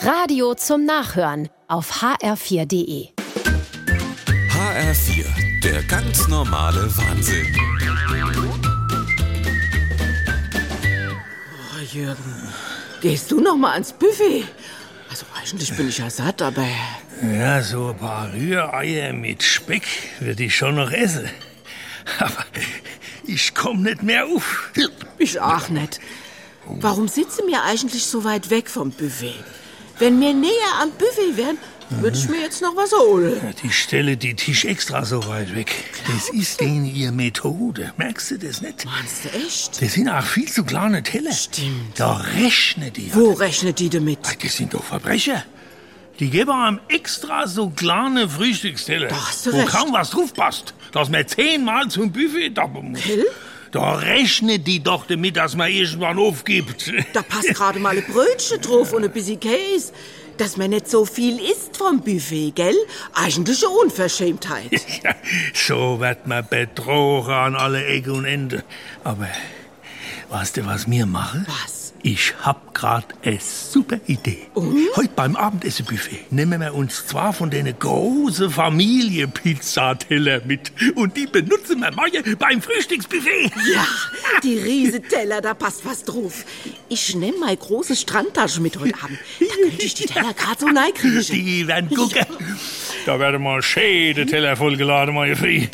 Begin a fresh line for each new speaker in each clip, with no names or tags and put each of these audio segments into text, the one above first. Radio zum Nachhören auf hr4.de.
HR4, der ganz normale Wahnsinn.
Oh, Jürgen, gehst du noch mal ans Buffet? Also eigentlich bin ich ja satt, aber
Ja, so ein paar Rühreier mit Speck würde ich schon noch essen. Aber ich komme nicht mehr auf.
ich auch nicht. Warum sitzen wir eigentlich so weit weg vom Buffet? Wenn wir näher am Buffet wären, würde ich mir jetzt noch was holen.
Ich stelle die Tisch extra so weit weg. Das ist denen ihre Methode. Merkst du das nicht?
Meinst du echt?
Das sind auch viel zu kleine Teller.
Stimmt.
Da rechnen die.
Wo rechnet die damit?
Das sind doch Verbrecher. Die geben einem extra so kleine Frühstücksteller,
Da hast du
wo
recht.
kaum was drauf passt, dass man zehnmal zum Buffet tappen muss.
Will?
Da rechnet die doch damit, dass man irgendwann aufgibt.
Da passt gerade mal ein Brötchen drauf und ein bisschen Käse. Dass man nicht so viel isst vom Buffet, gell? Eigentlich eine Unverschämtheit.
Ja, so wird man betrogen an alle Ecken und Enden. Aber weißt du, was wir machen?
Was?
Ich hab grad eine super Idee. Heute beim Abendessenbuffet nehmen wir uns zwar von den großen Familienpizzateller mit und die benutzen wir morgen beim Frühstücksbuffet.
Ja, die Riesenteller, da passt was drauf. Ich nehme mal große Strandtasche mit heute Abend. Da könnte ich die Teller gerade so neikriechen.
Die werden gucken. Da werden mal schäde Teller vollgeladen, meine Frau.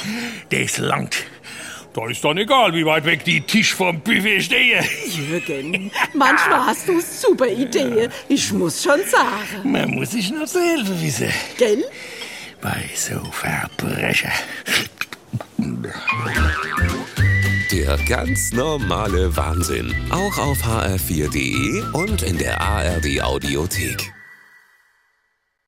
Das langt. Da ist dann egal, wie weit weg die Tisch vom Buffet stehen.
Jürgen, manchmal hast du super Ideen. Ich muss schon sagen.
Man muss sich nur zu helfen wissen.
Gell?
Bei so Verbrecher.
Der ganz normale Wahnsinn. Auch auf hr4.de und in der ARD-Audiothek.